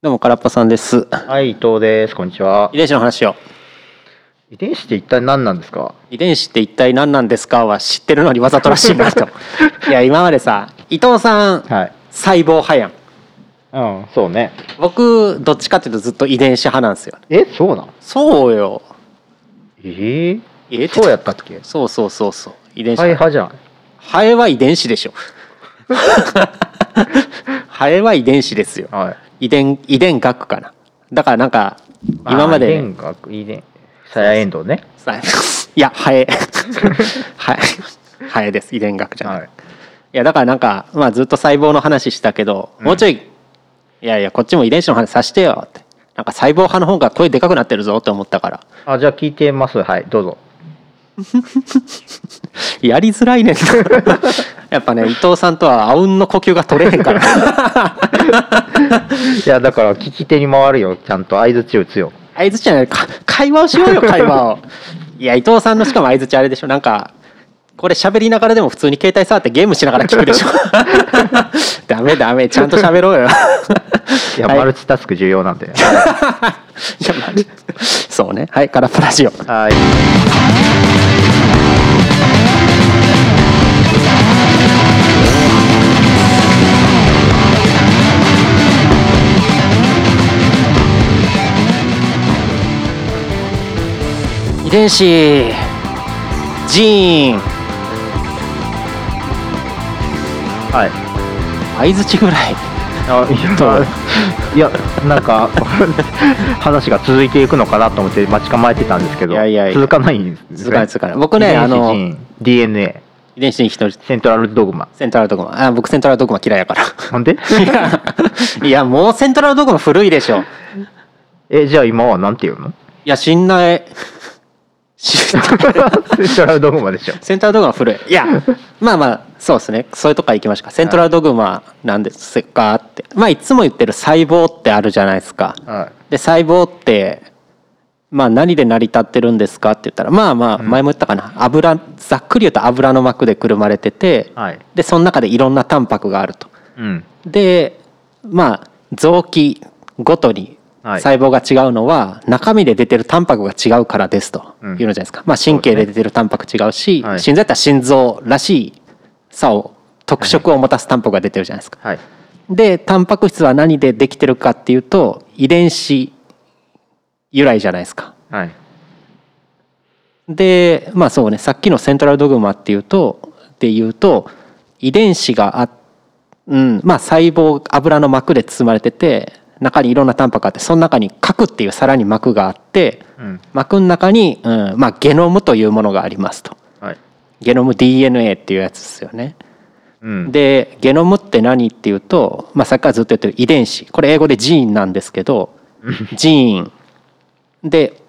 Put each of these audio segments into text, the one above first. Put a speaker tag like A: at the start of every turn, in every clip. A: どうも、空っぽさんです。
B: はい、伊藤です。こんにちは
A: 遺。伝子の話を。
B: 遺伝子って一体何なんですか
A: 遺伝子って一体何なんですかは知ってるのにわざとらしいな と。いや、今までさ、伊藤さん、
B: はい。
A: 細胞派やん。
B: うん、そうね。
A: 僕、どっちかっていうとずっと遺伝子派なんですよ。
B: え、そうなん
A: そうよ。
B: ええ
A: えって
B: そうやったっけ
A: そうそうそうそう。遺伝子
B: 肺
A: 派。
B: 派じゃん。
A: ハエは遺伝子でし ょ。ハエは遺伝子ですよ。
B: はい。
A: 遺伝、遺伝学かな。だからなんか、 今ま
B: あ遺
A: で、
B: 伝学、遺伝、サヤエンドウね。
A: さ いや、ハエ。 ハエ。ハエです。遺伝学じゃない。
B: はい。
A: いやだからなんか、まあ、ずっと細胞の話したけど、
B: うん
A: もうちょいいやいやこっちも遺伝子の話さしてよってなんか細胞派の方が声でかくなってるぞって思ったから
B: あ、じゃあ聞いてます。はい、ど うぞ。
A: やりづらい ねんやっぱね伊藤さんとはあうんの呼吸が取れへん から
B: いや、だから聞き手に回るよ。ちゃんと相づち打つよ。
A: 相づちじゃないか会話をしようよ会話をいや伊藤さんのしかも相づちあれでしょなんかこれ喋りながらでも普通に携帯触ってゲームしながら聞くでし ょダメダメちゃんと喋ろうよ
B: いや、
A: はい
B: マルチタスク重要なんで。
A: いやまあそうねはい空っぽラジオ
B: はい。
A: 遺伝子ジーン
B: はい。
A: 相づちぐらい
B: あ いや、いやなんか話が続いていくのかなと思って待ち構えてたんですけど
A: いやいやいや
B: 続かないんですね
A: 続かない続かない僕ね
B: 遺伝子
A: あの
B: 人 DNA
A: 遺伝子に一人
B: セントラルドグマ
A: セントラルドグマあ僕セントラルドグマ嫌いやから
B: なんで
A: いやいやもうセントラルドグマ古いでしょい
B: えじゃあ今はなんて言 うの
A: や信 頼し
B: セントラルドグマでしょ
A: セントラルドグマ古いいやまあまあそうですねそういうとこから行きましょうかセントラルドグマなんですかってまあいつも言ってる細胞ってあるじゃないですか
B: は
A: で細胞ってまあ何で成り立ってるんですかって言ったらまあまあ前も言ったかな、油ざっくり言うと油の膜でくるまれてて
B: い、はい、
A: でその中でいろんなタンパクがあると
B: うん
A: でまあ臓器ごとに
B: はい
A: 細胞が違うのは中身で出てるタンパクが違うからですという
B: うん
A: のじゃないですか、まあ、神経で出てるタンパク違うし
B: はい
A: 心臓やったら心臓らしいさを特色を持たすタンパクが出てるじゃないですか
B: はい
A: でタンパク質は何でできてるかっていうと遺伝子由来じゃないですか
B: はい
A: でまあそうねさっきのセントラルドグマっていうとでいうと遺伝子があうんまあ細胞油の膜で包まれてて中にいろんなタンパクがあってその中に核っていうさらに膜があって
B: うん
A: 膜の中に、うんまあ、ゲノムというものがありますと
B: はい
A: ゲノム DNA っていうやつですよね。
B: うん
A: でゲノムって何っていうと、まあ、さっきからずっと言ってる遺伝子これ英語でジーンなんですけどジーンで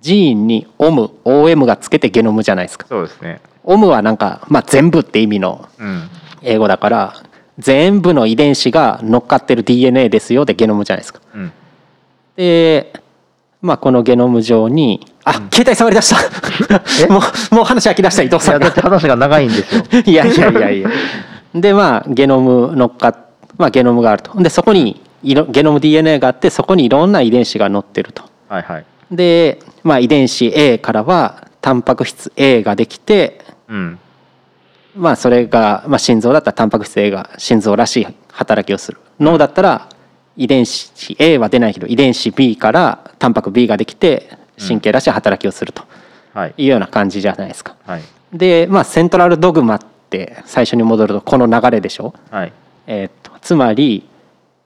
A: ジーンにオム OM がつけてゲノムじゃないですか
B: そうですね
A: オムはなんか、まあ、全部って意味の
B: うん
A: 英語だから全部の遺伝子が乗っかってる DNA ですよでゲノムじゃないですか
B: うん
A: でまあこのゲノム上にあ携帯触り出した
B: え
A: もうもう話飽き出した伊藤
B: い
A: さ
B: や
A: ん
B: だ
A: が
B: って話が長いんですよ
A: いやいやいやいや。でまあゲノム乗っか、まあ、ゲノムがあると。でそこにいろゲノム DNA があってそこにいろんな遺伝子が乗ってると。
B: はいはい
A: で、まあ、遺伝子 A からはタンパク質 A ができて、
B: うん
A: まあ、それが、まあ、心臓だったらタンパク質 A が心臓らしい働きをする。脳だったら遺伝子 A は出ないけど遺伝子 B からタンパク B ができて神経らしい働きをすると
B: はい
A: いうような感じじゃないですか。
B: はい
A: で、まあ、セントラルドグマって最初に戻るとこの流れでしょ、
B: はい
A: えーっとつまり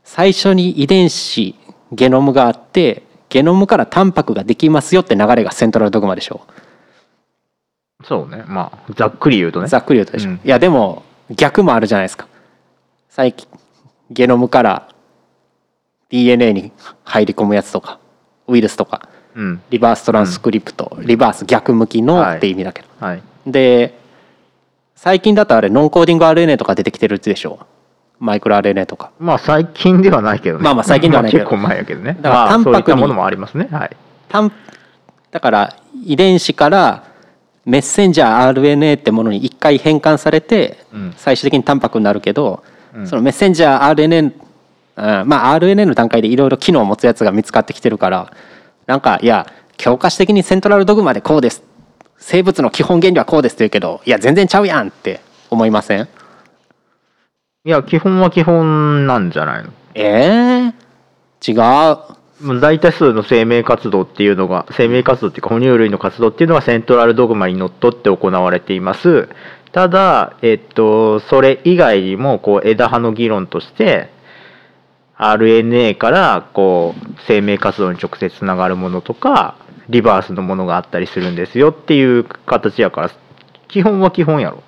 A: 最初に遺伝子ゲノムがあってゲノムからタンパクができますよって流れがセントラルドグマでしょ
B: そうねまあざっくり言うとね
A: ざっくり言うとでしょ、
B: うん
A: いやでも逆もあるじゃないですか最近ゲノムから DNA に入り込むやつとかウイルスとか
B: うん
A: リバーストランスクリプト、リバース逆向きのって意味だけど、
B: はい
A: で最近だとあれノンコーディング RNA とか出てきてるでしょマイクロ RNA とか
B: まあ最近ではないけどね。
A: まあまあ最近ではないけど
B: まあ結構前やけどね。
A: だから
B: まあ
A: タンパクに
B: そういったものもありますね。はい。
A: タンだから遺伝子からメッセンジャー RNA ってものに一回変換されて
B: うん
A: 最終的にタンパクになるけど、
B: うん
A: そのメッセンジャー RNA うんまあ RNA の段階でいろいろ機能を持つやつが見つかってきてるからなんかいや教科書的にセントラルドグマでこうです生物の基本原理はこうですって言うけどいや全然ちゃうやんって思いません
B: いや、基本は基本なんじゃないの
A: えー、違う
B: もう大多数の生命活動っていうのが生命活動っていうか哺乳類の活動っていうのはセントラルドグマにのっとって行われていますただえっとそれ以外にもこう枝葉の議論として RNA からこう生命活動に直接つながるものとかリバースのものがあったりするんですよっていう形やから基本は基本やろ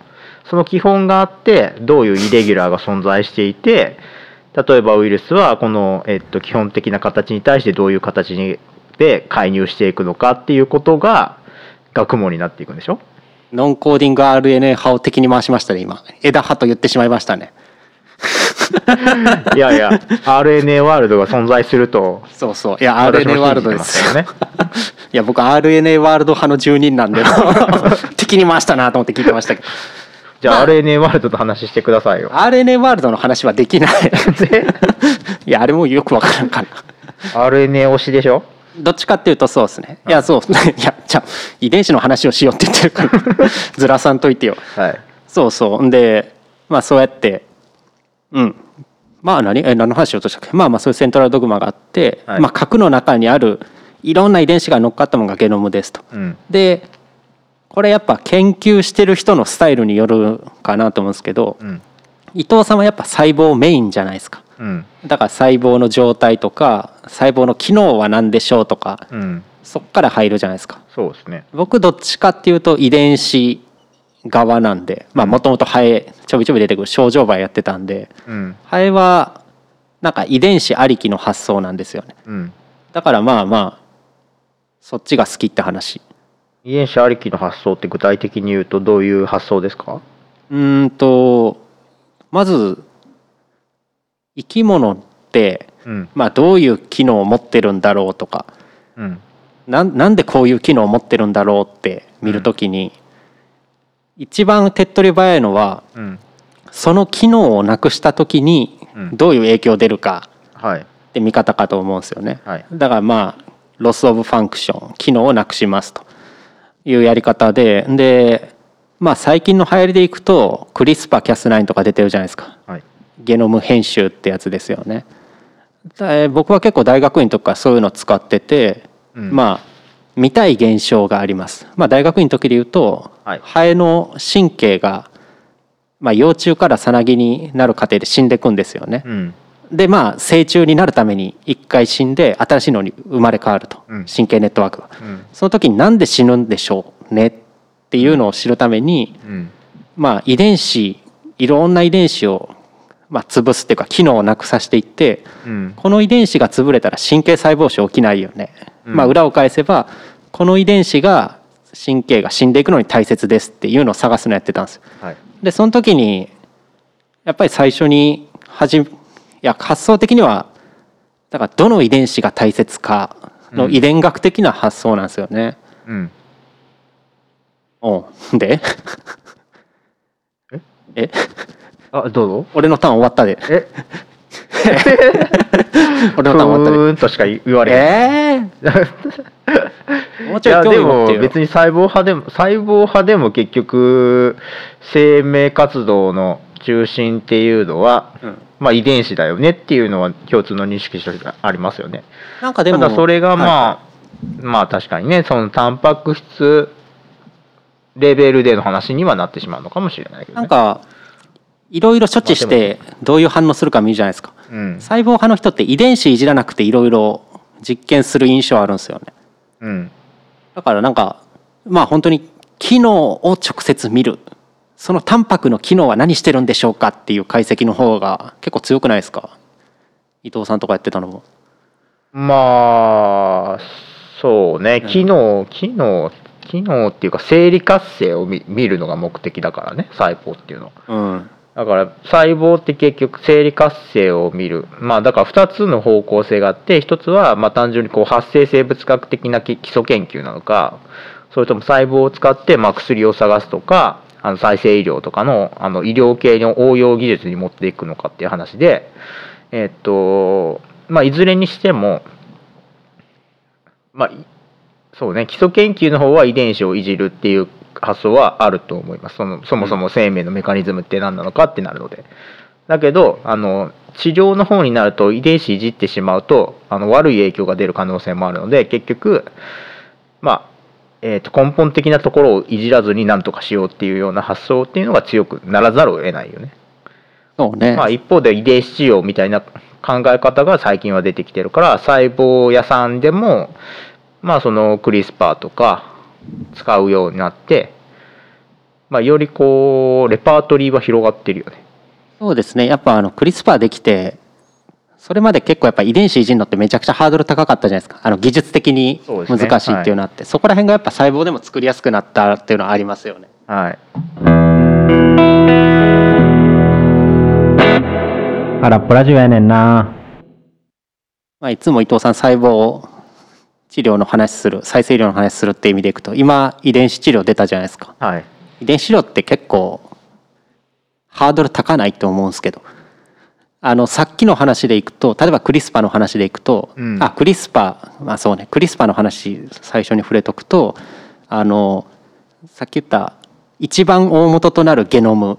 B: その基本があってどういうイレギュラーが存在していて例えばウイルスはこの、えっと、基本的な形に対してどういう形にで介入していくのかっていうことが学問になっていくんでしょ
A: ノンコーディング RNA 派を敵に回しましたね今枝葉と言ってしまいましたね
B: いやいや RNA ワールドが存在すると
A: そうそういや
B: 私
A: RNA
B: も
A: ワール
B: 信じ
A: ド
B: て
A: で
B: ますよ
A: す
B: ね
A: いや僕 RNA ワールド派の住人なんで 敵に回したなと思って聞いてましたけど
B: じゃあ RNA ワールドと話してくださいよ
A: RNA ワールドの話はできない
B: で
A: いやあれもよくわからんかな
B: RNA 推しでしょ
A: どっちかっていうとそうですねいやそういやじゃあ遺伝子の話をしようって言ってるから ずらさんといてよ
B: はい
A: そうそうんでまあそうやってうんまあ何え何の話しようとしたっけまあまあそういうセントラルドグマがあって、
B: はい
A: まあ核の中にあるいろんな遺伝子が乗っかったものがゲノムですと。
B: うん
A: でこれやっぱ研究してる人のスタイルによるかなと思うんですけど、
B: うん
A: 伊藤さんはやっぱ細胞メインじゃないですか。
B: うん
A: だから細胞の状態とか細胞の機能は何でしょうとか
B: うん
A: そっから入るじゃないですか。
B: そうですね
A: 僕どっちかっていうと遺伝子側なんでまあもともとハエちょびちょび出てくる症状媒やってたんで
B: うん
A: ハエはなんか遺伝子ありきの発想なんですよね
B: うん
A: だからまあまあそっちが好きって話
B: 遺伝子ありきの発想って具体的に言うとどういう発想ですか
A: うーんとまず生き物って
B: うん
A: まあどういう機能を持ってるんだろうとか
B: うん
A: なんなんでこういう機能を持ってるんだろうって見るときに、一番手っ取り早いのは
B: うん
A: その機能をなくした時に
B: うん
A: どういう影響出るか
B: はい
A: って見方かと思うんですよね。
B: はい
A: だからまあロス・オブ・ファンクション機能をなくしますというやり方ででまあ最近の流行りでいくとクリスパー・キャス9とか出てるじゃないですか
B: はい
A: ゲノム編集ってやつですよね。だえー僕は結構大学院とかそういうの使ってて、
B: うん
A: まあ見たい現象があります。まあ大学院の時で言うと、
B: はい
A: ハエの神経がまあ幼虫からさなぎになる過程で死んでいくんですよね。
B: うん
A: でまあ成虫になるために一回死んで新しいのに生まれ変わると、
B: うん
A: 神経ネットワークが。
B: うん
A: その時になんで死ぬんでしょうねっていうのを知るために、
B: うん
A: まあ、遺伝子いろんな遺伝子を、まあ、潰すっていうか機能をなくさせていって
B: うん
A: この遺伝子が潰れたら神経細胞腫起きないよね、
B: うん
A: まあ、裏を返せばこの遺伝子が神経が死んでいくのに大切ですっていうのを探すのやってたんですよ。
B: はい
A: でその時にやっぱり最初に始めいや発想的にはだからどの遺伝子が大切かの遺伝学的な発想なんですよね。
B: うん
A: おうでえ
B: あどうぞ
A: 俺のターン終わったで
B: え
A: 俺
B: ふ
A: のターン終わったで
B: ーんとしか言われへん
A: ええもう
B: い
A: ちょ
B: や
A: い興
B: で
A: 味持
B: も
A: ってよ
B: 別に細胞派でも細胞派でも結局生命活動の中心っていうのは、
A: うん
B: まあ遺伝子だよねっていうのは共通の認識としてありますよね。
A: なんかでも
B: ただそれがまあ、まあ確かにねそのタンパク質レベルでの話にはなってしまうのかもしれないけ
A: あ
B: ど、
A: なん
B: ね、
A: かいろいろ処置してどういう反応するか見るじゃないですか
B: うん
A: 細胞派の人って遺伝子いじらなくていろいろ実験する印象あるんですよね
B: うん
A: だからなんかまあ本当に機能を直接見るそのタンパクの機能は何してるんでしょうかっていう解析の方が結構強くないですか伊藤さんとかやってたのも
B: まあそうね機能機能機能っていうか生理活性を見見るのが目的だからね細胞っていうのは
A: うん
B: だから細胞って結局生理活性を見るまあだから2つの方向性があって1つはまあ単純にこう発生生物学的なき基礎研究なのかそれとも細胞を使ってまあ薬を探すとかあの再生医療とかのあの医療系の応用技術に持っていくのかっていう話でえっとまあいずれにしてもまあいそうね基礎研究の方は遺伝子をいじるっていう発想はあると思いますそのそもそも生命のメカニズムって何なのかってなるのでだけどあの治療の方になると遺伝子いじってしまうとあの悪い影響が出る可能性もあるので結局まあえー、と根本的なところをいじらずに何とかしようっていうような発想っていうのが強くならざるを得ないよね。
A: そうね、
B: まあ、一方で遺伝子治療みたいな考え方が最近は出てきてるから細胞屋さんでも、まあ、そのクリスパーとか使うようになって、まあ、よりこうレパートリーは広がってるよね。
A: そうですねやっぱあのクリスパーできてそれまで結構やっぱ遺伝子いじるのってめちゃくちゃハードル高かったじゃないですかあの技術的に
B: そうですね
A: 難しいっていうのあってそ,、こら辺がやっぱ細胞でも作りやすくなったっていうのはありますよね
B: はい、
C: 空っぽラジオやねんな
A: まあ、いつも伊藤さん細胞治療の話する再生医療の話するって意味でいくと今遺伝子治療出たじゃないですか
B: はい、
A: 遺伝子治療って結構ハードル高ないと思うんですけどあのさっきの話でいくと例えばクリスパの話でいくと、
B: うん
A: あクリスパまあそうねクリスパの話最初に触れとくとあのさっき言った一番大元となるゲノム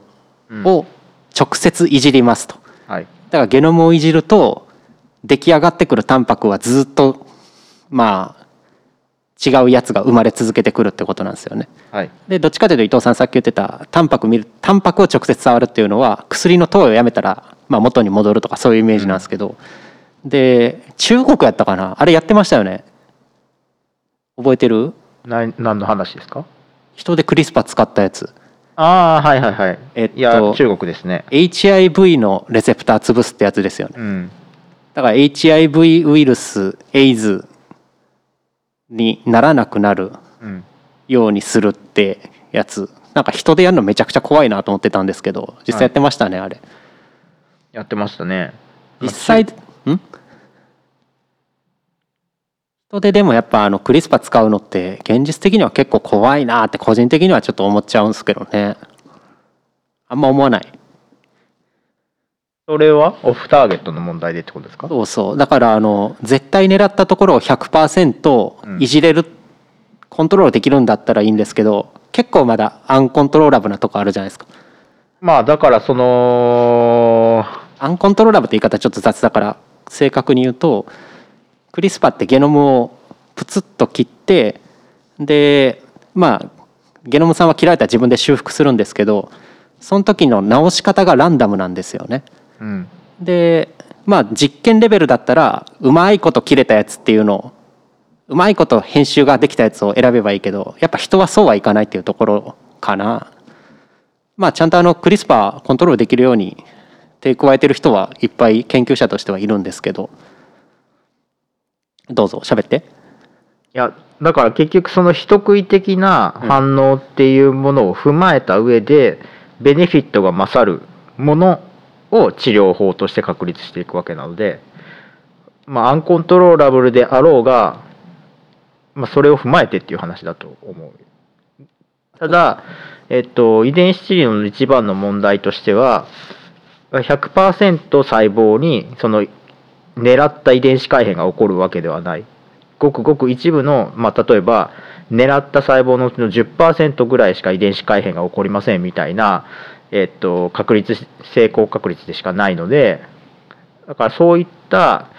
A: を直接いじりますと。
B: はい、
A: だからゲノムをいじると出来上がってくるタンパクはずっとまあ違うやつが生まれ続けてくるってことなんですよね。
B: はい、
A: でどっちかというと伊藤さんさっき言ってたタンパク見るタンパクを直接触るっていうのは薬の投与をやめたら、まあ、元に戻るとかそういうイメージなんですけど、で中国やったかなあれやってましたよね覚えてる
B: な何の話ですか
A: 人でクリスパ使ったやつ
B: ああはいはいはい、
A: えっと
B: いや中国ですね。
A: HIV のレセプター潰すってやつですよね
B: うん
A: だから HIV ウイルスエイズにならなくなる
B: うん
A: ようにするってやつなんか人でやるのめちゃくちゃ怖いなと思ってたんですけど実際やってましたね、あれ
B: やってましたね。
A: 実際ん人ででもやっぱあのクリスパ使うのって現実的には結構怖いなって個人的にはちょっと思っちゃうんですけどねあんま思わない
B: それはオフターゲットの問題でってことですか
A: そうそうだからあの絶対狙ったところを
B: う
A: 100%
B: ん
A: いじれる、コントロールできるんだったらいいんですけど結構まだアンコントローラブなとこあるじゃないですか
B: まあだからその
A: アンコントローラブって言い方ちょっと雑だから正確に言うとクリスパってゲノムをプツッと切ってでまあゲノムさんは切られたら自分で修復するんですけどその時の直し方がランダムなんですよね。
B: うん
A: でまあ実験レベルだったらうまいこと切れたやつっていうのをうまいこと編集ができたやつを選べばいいけどやっぱ人はそうはいかないっていうところかな。まあちゃんとあのクリスパーコントロールできるように手加えてる人はいっぱい研究者としてはいるんですけどどうぞ喋って。
B: いやだから結局その人食い的な反応っていうものを踏まえた上で、ベネフィットが勝るものを治療法として確立していくわけなので、まあ、アンコントローラブルであろうが、まあ、それを踏まえてっていう話だと思う。ただ、えっと、遺伝子治療の一番の問題としては100%細胞にその狙った遺伝子改変が起こるわけではない。ごくごく一部の、まあ、例えば狙った細胞のうちの10%ぐらいしか遺伝子改変が起こりませんみたいな、えっと、確率し成功確率でしかないのでだからそういった、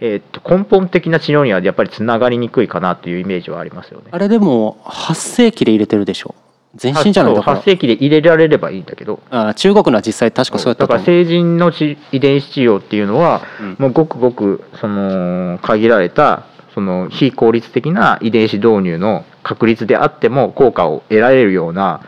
B: えっと、根本的な治療にはやっぱりつながりにくいかなというイメージはありますよね
A: あ。れでも8世紀で入れてるでしょ全身じゃないんだか
B: 発
A: ら
B: 生器で入れられればいいんだけど
A: あ中国のは実際確かそうやったと
B: だから
A: 思う。
B: 成人のち遺伝子治療っていうのは、
A: うん
B: もうごくごくその限られたその非効率的な遺伝子導入の確率であっても効果を得られるような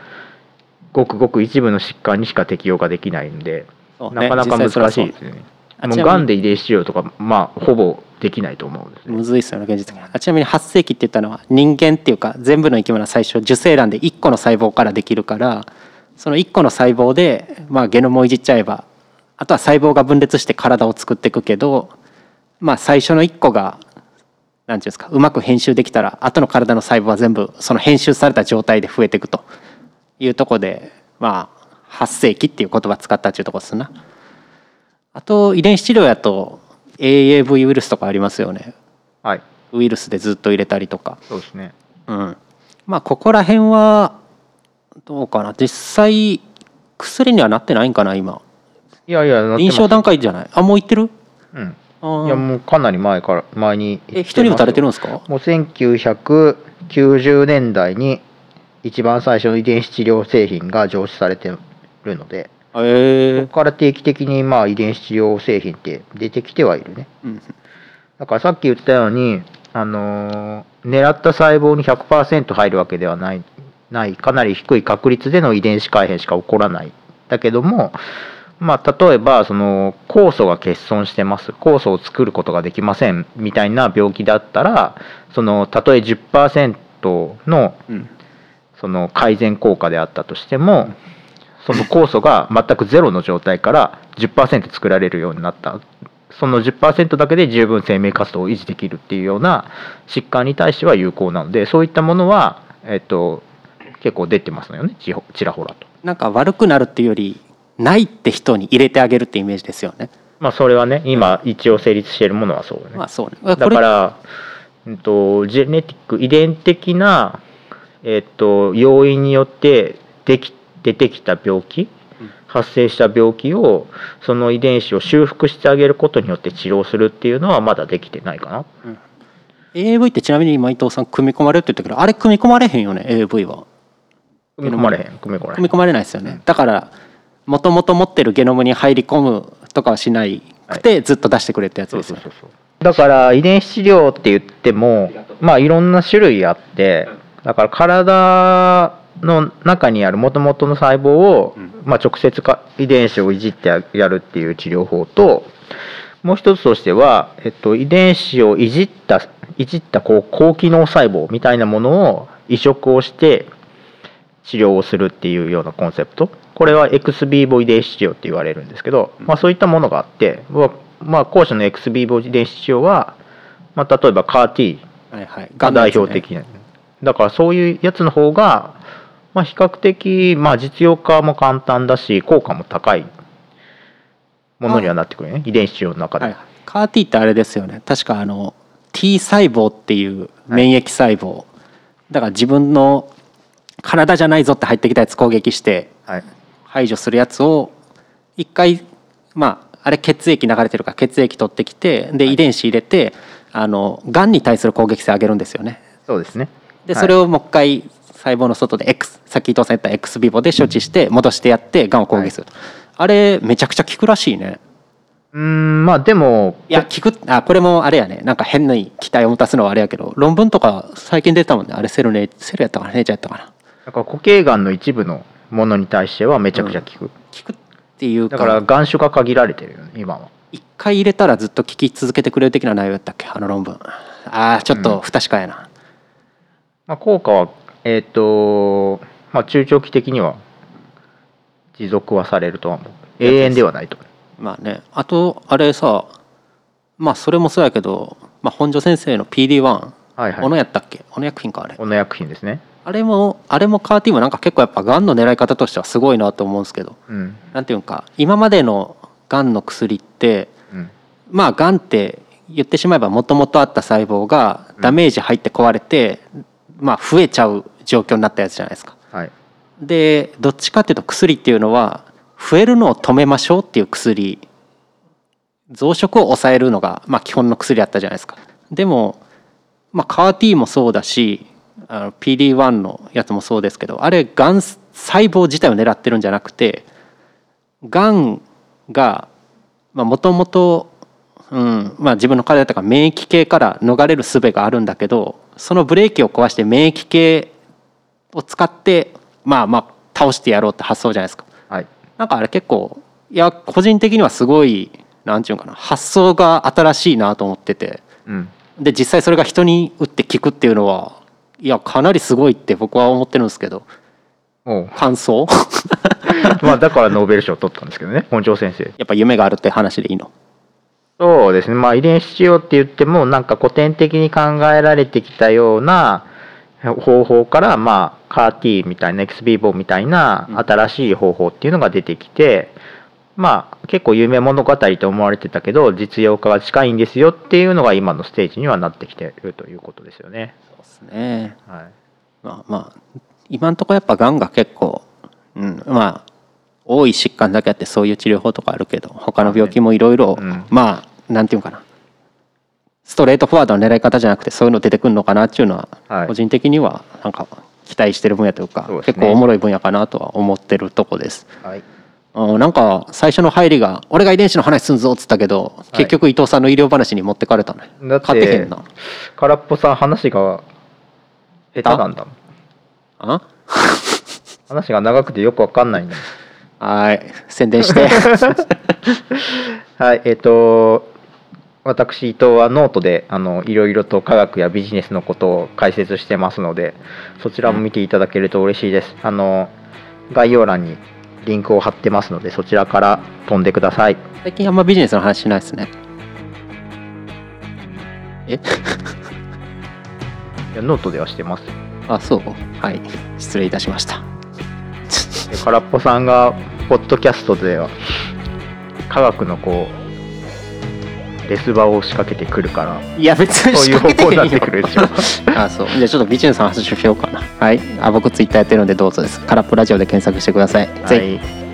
B: ごくごく一部の疾患にしか適用ができないんで、
A: そうね
B: なかなか
A: 実
B: 難
A: 際それは
B: し
A: そう
B: いですよね。
A: あ
B: も
A: ち
B: う
A: なみに
B: がんで遺伝子治療とか、まあ、ほぼできないと思うんですね。
A: むずいっすよね現実的にあちなみに8世紀って言ったのは人間っていうか全部の生き物は最初受精卵で1個の細胞からできるからその1個の細胞で、まあ、ゲノムをいじっちゃえばあとは細胞が分裂して体を作っていくけど、まあ、最初の1個が何ていうんですかうまく編集できたら後の体の細胞は全部その編集された状態で増えていくというとこでまあ8世紀っていう言葉使ったっていうとこですな。あと遺伝子治療やと AAV ウイルスとかありますよね
B: はい
A: ウイルスでずっと入れたりとか
B: そうですね
A: うんまあここら辺はどうかな実際薬にはなってないんかな今
B: いやいやなって
A: 臨
B: ます
A: 床段階じゃないあもういってる
B: うん
A: あ
B: いや
A: う
B: もうかなり前から前に
A: え人に打たれてるん
B: ん
A: ですか
B: もう1990年代に一番最初の遺伝子治療製品が上市されてるので
A: え
B: そこから定期的にまあ遺伝子治療製品って出てきてはいるね
A: うん
B: だからさっき言ったように、あのー狙った細胞に100%入るわけではないないかなり低い確率での遺伝子改変しか起こらないだけども、まあ、例えばその酵素が欠損してます酵素を作ることができませんみたいな病気だったらそのたとえ10%の
A: うん
B: その改善効果であったとしてもその酵素が全くゼロの状態から10%作られるようになったその10%だけで十分生命活動を維持できるっていうような疾患に対しては有効なのでそういったものは、えっと、結構出てますよねちほちらほらと。
A: なんか悪くなるっていうよりないって人に入れてあげるってイメージですよね
B: まあそれはね今一応成立しているものはそうね。
A: まあそうね
B: だか
A: こ
B: ら、うん、とジェネティック遺伝的な、えっと要因によってでき出てきた病気
A: うん
B: 発生した病気をその遺伝子を修復してあげることによって治療するっていうのはまだできてないかな。
A: れ AAV ってちなみに今伊藤さん組み込まれるって言ったけどあれ組み込まれへんよね AAV は
B: 組み込まれへん組み込まれへ
A: 組み
B: ん。
A: 込まれないですよね、だからもともと持ってるゲノムに入り込むとかはしないくて、ずっと出してくれってやつ
B: そう
A: です
B: そう
A: よ
B: そうそうだから遺伝子治療って言ってもまあいろんな種類あってだから体の中にあるもともとの細胞を、
A: うん
B: まあ、直接か遺伝子をいじってややるっていう治療法ともう一つとしては、えっと、遺伝子をいじったいじったこう高機能細胞みたいなものを移植をして治療をするっていうようなコンセプトこれは x ビーボ遺伝子治療って言われるんですけど、まあ、そういったものがあって、まあまあ、後者の x ビーボ遺伝子治療は、まあ、例えば CAR-T
A: はいはい
B: が代表
A: ガンのやつね
B: 的な、だからそういうやつの方が、まあ、比較的、まあ、実用化も簡単だし効果も高いものにはなってくるよね遺伝子治療の中で、
A: はいはい、カーティってあれですよね確かあの T 細胞っていう免疫細胞、だから自分の体じゃないぞって入ってきたやつ攻撃して
B: はい
A: 排除するやつを一回まああれ血液流れてるから血液取ってきてで遺伝子入れてあのがんに対する攻撃性上げるんですよね
B: そうですね
A: で
B: はい
A: それをもう一回細胞の外で X さっき伊藤さん言った X ビボで処置して戻してやってがんを攻撃すると、あれめちゃくちゃ効くらしいね
B: うーんまあでも
A: いや聞くあこれもあれやねなんか変な期待を持たすのはあれやけど論文とか最近出てたもんねあれセルネセルやったかなネイチャーやったかな
B: なんか固形がんの一部のものに対してはめちゃくちゃ効く、
A: 効くっていう
B: だ
A: か
B: から眼種が限られてるよね今は
A: 一回入れたらずっと聞き続けてくれる的な内容やったっけあの論文あーちょっと不確かやな、
B: まあ、効果は、えっ、と、まあ、中長期的には持続はされるとは思う。永遠ではないと。
A: まあねあとあれさまあそれもそうやけど、まあ、本庄先生の PD1
B: はい
A: 小野
B: はい。
A: やったっけ小野薬品かあれ
B: この薬品ですね。
A: あれもあれもカーティーもなんか結構やっぱがんの狙い方としてはすごいなと思うんですけど
B: うん。
A: なんていうんか今までのがんの薬って
B: うん。
A: まあがんって言ってしまえばもともとあった細胞がダメージ入って壊れて、まあ増えちゃう状況になったやつじゃないですか。
B: はい。
A: でどっちかっていうと薬っていうのは増えるのを止めましょうっていう薬増殖を抑えるのが、まあ、基本の薬だったじゃないですか。でも、まあ、カー T もそうだしあの PD1 のやつもそうですけどあれがん細胞自体を狙ってるんじゃなくてがんがもともと自分の体とか免疫系から逃れる術があるんだけどそのブレーキを壊して免疫系を使ってまあまあ倒してやろうって発想じゃないですか。
B: はい。
A: なんかあれ結構いや個人的にはすごいなんていうのかな発想が新しいなと思ってて
B: うん。
A: で実際それが人に打って効くっていうのはいやかなりすごいって僕は思ってるんですけど
B: おう
A: 感想
B: まあ、だからノーベル賞を取ったんですけどね、本庄先生。
A: やっぱ夢があるって話でいいの
B: そうですね、まあ、遺伝子治療って言ってもなんか古典的に考えられてきたような方法から、まあ、CAR-T みたいな XBO みたいな
A: うん
B: 新しい方法っていうのが出てきて、まあ結構夢物語と思われてたけど実用化が近いんですよっていうのが今のステージにはなってきてるということですよね。
A: そうですね
B: はい
A: まあまあ今んとこやっぱがんが結構、うん、まあ多い疾患だけあってそういう治療法とかあるけど他の病気もいろいろ
B: うん
A: まあなんていうのかなストレートフォワードの狙い方じゃなくてそういうの出てくるのかなっていうのは、
B: はい
A: 個人的にはなんか期待してる分野というか
B: そうですね
A: 結構おもろい分野かなとは思ってるとこです。
B: はい
A: うんなんか最初の入りが「俺が遺伝子の話すんぞ」っつったけど
B: い
A: 結局伊藤さんの医療話に持ってかれたね
B: だって
A: 勝てへんな
B: 空っぽさん話が下手なんだもん
A: あ
B: 話が長くてよくわかんないんだもん
A: はい宣伝して
B: はい、えっ、と、私、伊藤はノートであのいろいろと科学やビジネスのことを解説してますので、そちらも見ていただけると嬉しいです。あの概要欄にリンクを貼ってますので、そちらから飛んでください。
A: 最近あんまビジネスの話しないですねえ
B: いやノートではしてます。
A: あそうはい失礼いたしました
B: で空っぽさんが、ポッドキャストでは、科学のこう、レス場を仕掛けてくるから、
A: いや別に
B: そういう
A: 仕
B: 方
A: 掛け
B: 向
A: て
B: に
A: へんよ
B: なってくる でしょ。
A: あそうじゃあちょっとビジネスの話しようかなはいあ僕ツイッターやってるのでどうぞです空っぽラジオで検索してください、
B: は
A: ぜ
B: い、